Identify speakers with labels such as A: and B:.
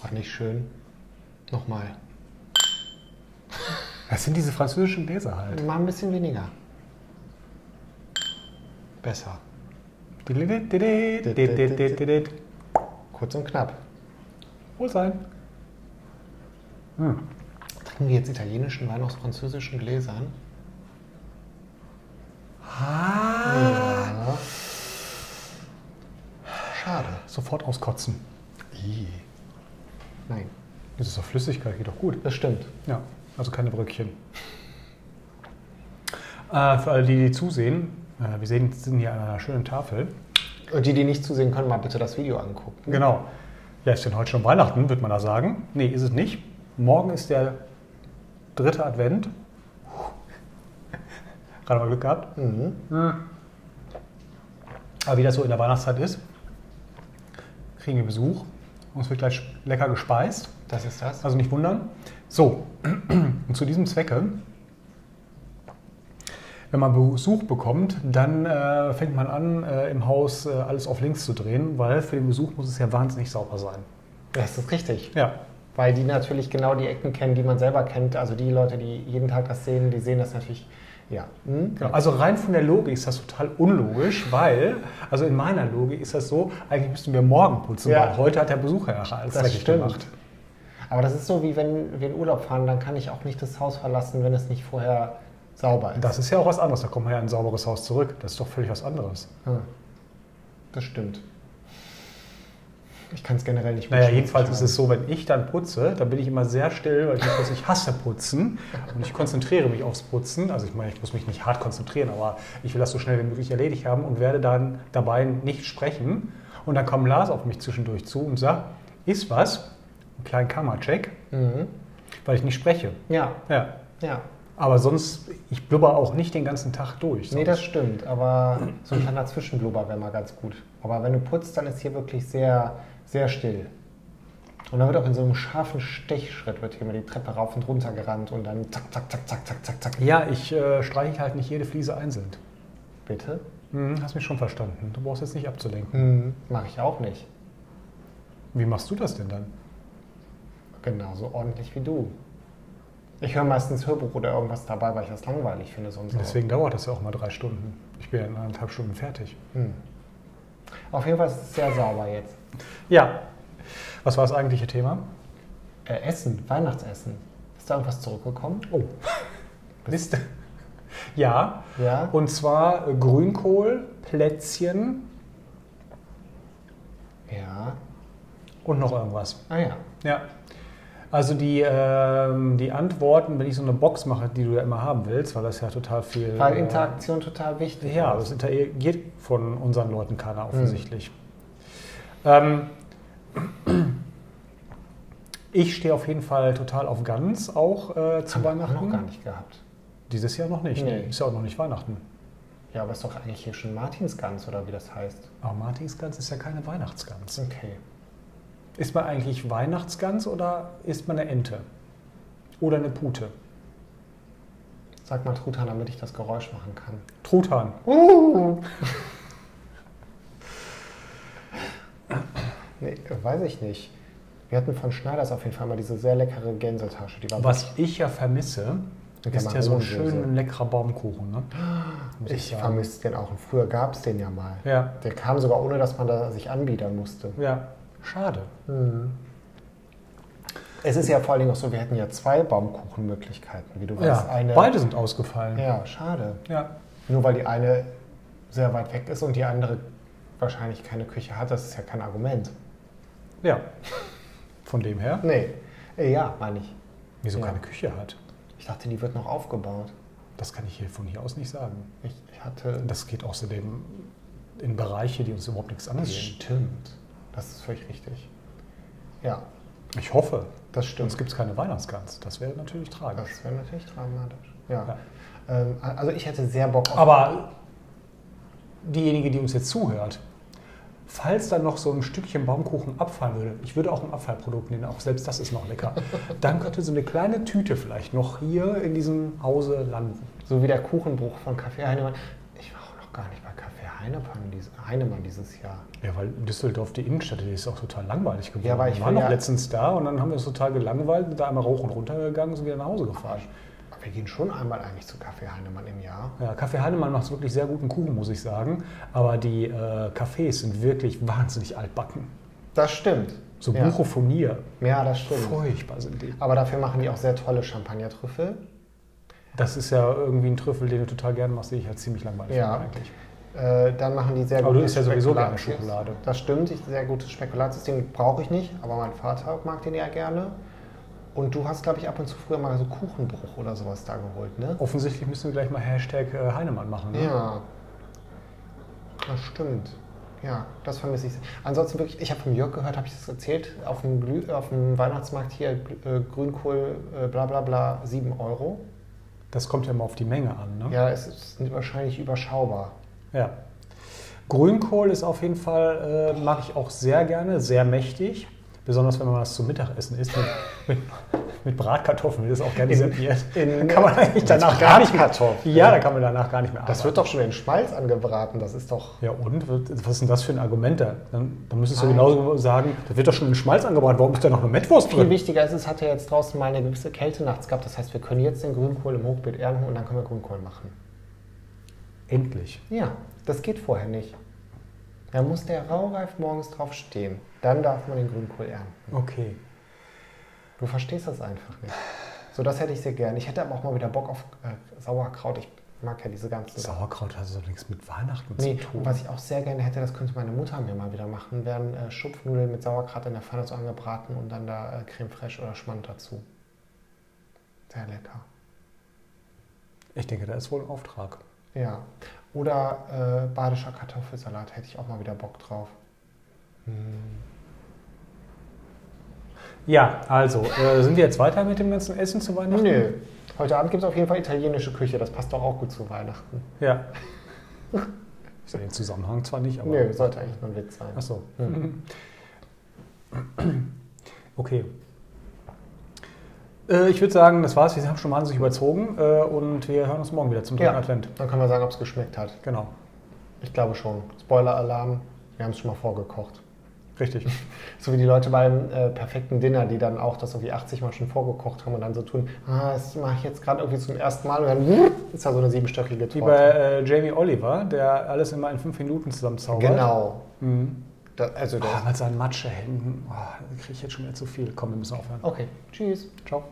A: fand ich schön. Nochmal.
B: Das sind diese französischen Gläser halt.
A: Mal ein bisschen weniger. Besser. Kurz und knapp.
B: Wohlsein.
A: Trinken wir jetzt italienischen Wein aus französischen Gläsern?
B: Ah.
A: Schade.
B: Sofort auskotzen.
A: Ih. Nein,
B: Das ist doch Flüssigkeit, geht doch gut.
A: das stimmt.
B: Ja, also keine Bröckchen. Äh, für alle, die, die zusehen, äh, wir sehen, sind hier an einer schönen Tafel.
A: Und die, die nicht zusehen können, mal bitte das Video angucken.
B: Genau. Ja, ist denn heute schon Weihnachten, wird man da sagen? Nee, ist es nicht. Morgen ist der dritte Advent. Gerade mal Glück gehabt. Aber wie das so in der Weihnachtszeit ist, kriegen wir Besuch. Uns wird gleich lecker gespeist.
A: Das ist das.
B: Also nicht wundern. So, und zu diesem Zwecke, wenn man Besuch bekommt, dann äh, fängt man an, äh, im Haus äh, alles auf links zu drehen, weil für den Besuch muss es ja wahnsinnig sauber sein.
A: Das ist richtig.
B: Ja,
A: Weil die natürlich genau die Ecken kennen, die man selber kennt. Also die Leute, die jeden Tag das sehen, die sehen das natürlich. Ja. Hm?
B: genau. Also rein von der Logik ist das total unlogisch, weil, also in meiner Logik ist das so, eigentlich müssten wir morgen putzen,
A: Ja.
B: weil heute hat der Besucher ja schon alles
A: Das
B: dreckig
A: stimmt.
B: gemacht.
A: Aber das ist so, wie wenn wir in Urlaub fahren, dann kann ich auch nicht das Haus verlassen, wenn es nicht vorher sauber ist.
B: Das ist ja auch was anderes, da kommt man ja in ein sauberes Haus zurück. Das ist doch völlig was anderes.
A: Hm. Das stimmt. Ich kann es generell nicht
B: Naja,
A: gut
B: jedenfalls ist
A: schreiben.
B: es so, wenn ich dann putze, dann bin ich immer sehr still, weil ich, weiß, ich hasse Putzen und ich konzentriere mich aufs Putzen. Also ich meine, ich muss mich nicht hart konzentrieren, aber ich will das so schnell wie möglich erledigt haben und werde dann dabei nicht sprechen. Und dann kommt Lars auf mich zwischendurch zu und sagt, ist was? Einen kleinen Kammercheck,
A: Mhm.
B: weil ich nicht spreche.
A: Ja,
B: Ja.
A: ja.
B: Aber sonst, ich blubber auch nicht den ganzen Tag durch.
A: Nee,
B: sonst.
A: das stimmt, aber so ein kleiner Zwischenblubber wäre mal ganz gut. Aber wenn du putzt, dann ist hier wirklich sehr, sehr still. Und dann wird auch in so einem scharfen Stechschritt wird hier immer die Treppe rauf und runter gerannt und dann zack, zack, zack, zack, zack, zack, zack.
B: ja, ich äh, streiche halt nicht jede Fliese einzeln.
A: Bitte?
B: Hm, hast mich schon verstanden. Du brauchst jetzt nicht abzulenken.
A: Hm, mache ich auch nicht.
B: Wie machst du das denn dann?
A: Genauso ordentlich wie du. Ich höre meistens Hörbuch oder irgendwas dabei, weil ich das langweilig finde. Sonst auch.
B: Deswegen dauert das ja auch mal drei Stunden. Ich bin ja in anderthalb Stunden fertig.
A: Hm. Auf jeden Fall ist es sehr sauber jetzt.
B: Ja. Was war das eigentliche Thema?
A: Äh, Essen, Weihnachtsessen. Ist da irgendwas zurückgekommen?
B: Oh. Mist. Ja.
A: Ja.
B: Und zwar äh, Grünkohl, Plätzchen
A: Ja.
B: und noch irgendwas.
A: Ah ja.
B: Ja. Also die, ähm, die Antworten, wenn ich so eine Box mache, die du ja immer haben willst, weil das ja total viel.
A: Weil
B: äh,
A: Interaktion total wichtig
B: Ja,
A: ist.
B: das interagiert von unseren Leuten keiner offensichtlich. Ähm, ich stehe auf jeden Fall total auf Gans auch äh, zu
A: Haben wir
B: Weihnachten.
A: noch gar nicht gehabt.
B: Dieses Jahr noch nicht.
A: Nee.
B: Ist ja auch noch nicht Weihnachten.
A: Ja, aber ist doch eigentlich hier schon Martinsgans oder wie das heißt.
B: Aber Martinsgans ist ja keine Weihnachtsgans.
A: Okay.
B: Ist man eigentlich Weihnachtsgans oder ist man eine Ente? Oder eine Pute?
A: Sag mal Truthahn, damit ich das Geräusch machen kann.
B: Truthahn.
A: Nee, weiß ich nicht. Wir hatten von Schneiders auf jeden Fall mal diese sehr leckere Gänsetasche. Die war
B: Was ich ja vermisse,
A: Mit der
B: ist ja so ein
A: Maronensoße.
B: schöner, leckerer Baumkuchen. Ne? Muss
A: Ich
B: sagen.
A: vermisse den auch. Und früher gab es den ja mal.
B: Ja,
A: Der kam sogar ohne, dass man da sich anbiedern musste.
B: ja. Schade.
A: Es ist ja vor allen Dingen auch so, wir hätten ja zwei Baumkuchenmöglichkeiten, wie du weißt.
B: Ja,
A: eine,
B: beide sind ausgefallen.
A: Ja, schade.
B: Ja.
A: Nur weil die eine sehr weit weg ist und die andere wahrscheinlich keine Küche hat, das ist ja kein Argument.
B: Ja. Von dem her,
A: Nee, Äh, ja, meine ich.
B: wieso
A: Ja.
B: keine Küche hat,
A: Ich dachte, die wird noch aufgebaut.
B: das kann ich hier von hier aus nicht sagen.
A: Ich, ich hatte.
B: Das geht außerdem in Bereiche, die uns überhaupt nichts angehen.
A: stimmt. Das ist völlig richtig. Ja,
B: Ich hoffe,
A: das
B: sonst
A: stimmt.
B: gibt es keine Weihnachtsgans. Das wäre natürlich tragisch.
A: Das wäre natürlich dramatisch. Ja.
B: Ja.
A: Ähm, a- also ich hätte sehr Bock auf.
B: Aber diejenige, die uns jetzt zuhört, falls dann noch so ein Stückchen Baumkuchen abfallen würde, ich würde auch ein Abfallprodukt nehmen, auch selbst das ist noch lecker, dann könnte so eine kleine Tüte vielleicht noch hier in diesem Hause landen.
A: so wie der Kuchenbruch von Kaffee Heinemann. Ich war auch noch gar nicht bei Kaffee Heinemann, dies, Heinemann dieses Jahr.
B: Ja, weil Düsseldorf, die Innenstadt, die ist auch total langweilig geworden.
A: Ja, aber ich
B: wir waren
A: will
B: auch
A: ja-
B: letztens da und dann haben wir uns total gelangweilt, sind da einmal hoch und runter gegangen und sind wieder nach Hause gefahren.
A: Aber wir gehen schon einmal eigentlich zu Kaffee Heinemann im Jahr.
B: Ja, Café Heinemann macht wirklich sehr guten Kuchen, muss ich sagen. Aber die äh, Cafés sind wirklich wahnsinnig altbacken.
A: Das stimmt.
B: So
A: ja.
B: Buchofonier.
A: Ja, das stimmt.
B: Furchtbar sind die.
A: Aber dafür machen die auch sehr tolle Champagnertrüffel.
B: Das ist ja irgendwie ein Trüffel, den du total gerne machst, den ich halt ziemlich langweilig
A: Ja.
B: finde eigentlich.
A: Äh, dann machen die sehr
B: Aber du isst ja sowieso gerne
A: Spekulatius.
B: Schokolade.
A: Das stimmt, ich, sehr gutes Spekulatiussystem brauche ich nicht, aber mein Vater mag den ja gerne. Und du hast, glaube ich, ab und zu früher mal so Kuchenbruch oder sowas da geholt, ne?
B: Offensichtlich müssen wir gleich mal Hashtag äh, Heinemann machen. Ne?
A: Ja. Das stimmt. Ja, das vermisse ich. Ansonsten wirklich, ich habe vom Jörg gehört, habe ich das erzählt, auf dem, Glüh, auf dem Weihnachtsmarkt hier Glü- äh, Grünkohl, äh, bla bla bla, 7 Euro.
B: Das kommt ja immer auf die Menge an. Ne?
A: Ja, es ist wahrscheinlich überschaubar.
B: Ja. Grünkohl ist auf jeden Fall, äh, mag ich auch sehr gerne, sehr mächtig. Besonders wenn man das zum Mittagessen isst mit, mit, mit Bratkartoffeln, wird das auch gerne
A: In-
B: serviert.
A: in-
B: kann man eigentlich
A: mit
B: danach gar nicht mehr.
A: Bratkartoffeln.
B: Ja, da kann man danach gar nicht mehr
A: Das
B: arbeiten.
A: wird doch schon in Schmalz angebraten, das ist doch.
B: Ja, und? Was ist denn das für ein Argument da? Dann, dann müsstest du
A: Nein.
B: genauso sagen, das wird doch schon in Schmalz angebraten, warum ist da noch eine Mettwurst
A: Viel
B: drin?
A: wichtiger ist, es hat ja jetzt draußen mal eine gewisse Kälte nachts gehabt. Das heißt, wir können jetzt den Grünkohl im Hochbeet ernten und dann können wir Grünkohl machen.
B: Endlich.
A: Ja, das geht vorher nicht. Da muss der Raureif morgens drauf stehen. Dann darf man den Grünkohl ernten.
B: Okay.
A: Du verstehst das einfach nicht. So, das hätte ich sehr gern. Ich hätte aber auch mal wieder Bock auf äh, Sauerkraut. Ich mag ja diese ganzen Sachen.
B: Sauerkraut hat doch nichts mit Weihnachten
A: Nee,
B: zu
A: und
B: tun.
A: was ich auch sehr gerne hätte, das könnte meine Mutter mir mal wieder machen, wären äh, Schupfnudeln mit Sauerkraut in der Pfanne so angebraten und dann da äh, Creme fraiche oder Schmand dazu. Sehr lecker.
B: Ich denke, da ist wohl ein Auftrag.
A: Ja. Oder äh, badischer Kartoffelsalat hätte ich auch mal wieder Bock drauf. Hm.
B: Ja, also, äh, sind wir jetzt weiter mit dem ganzen Essen zu Weihnachten?
A: Nö. Heute Abend gibt es auf jeden Fall italienische Küche, das passt doch auch gut zu Weihnachten.
B: Ja. Ich sehe den Zusammenhang zwar nicht, aber.
A: Nö, sollte eigentlich nur ein Witz sein.
B: Ach so.
A: Hm.
B: Okay. Äh, Ich würde sagen, das war's. Wir haben schon wahnsinnig überzogen äh, und wir hören uns morgen wieder zum dritten
A: Ja, dann
B: Advent.
A: können wir sagen, ob es geschmeckt hat.
B: Genau,
A: Ich glaube schon. Spoiler-Alarm, wir haben es schon mal vorgekocht.
B: richtig.
A: So wie die Leute beim äh, perfekten Dinner, die dann auch das irgendwie 80 Mal schon vorgekocht haben und dann so tun, ah, das mache ich jetzt gerade irgendwie zum ersten Mal und dann ist da so eine siebenstöckige
B: Wie
A: Torte.
B: bei äh, Jamie Oliver, der alles immer in fünf Minuten zusammenzaubert.
A: genau.
B: Mhm.
A: Da, also das.
B: Ah, Oh, mit seinen Matschehänden. Oh, da kriege ich jetzt schon wieder zu viel. Komm, wir müssen aufhören.
A: Okay, tschüss. Ciao.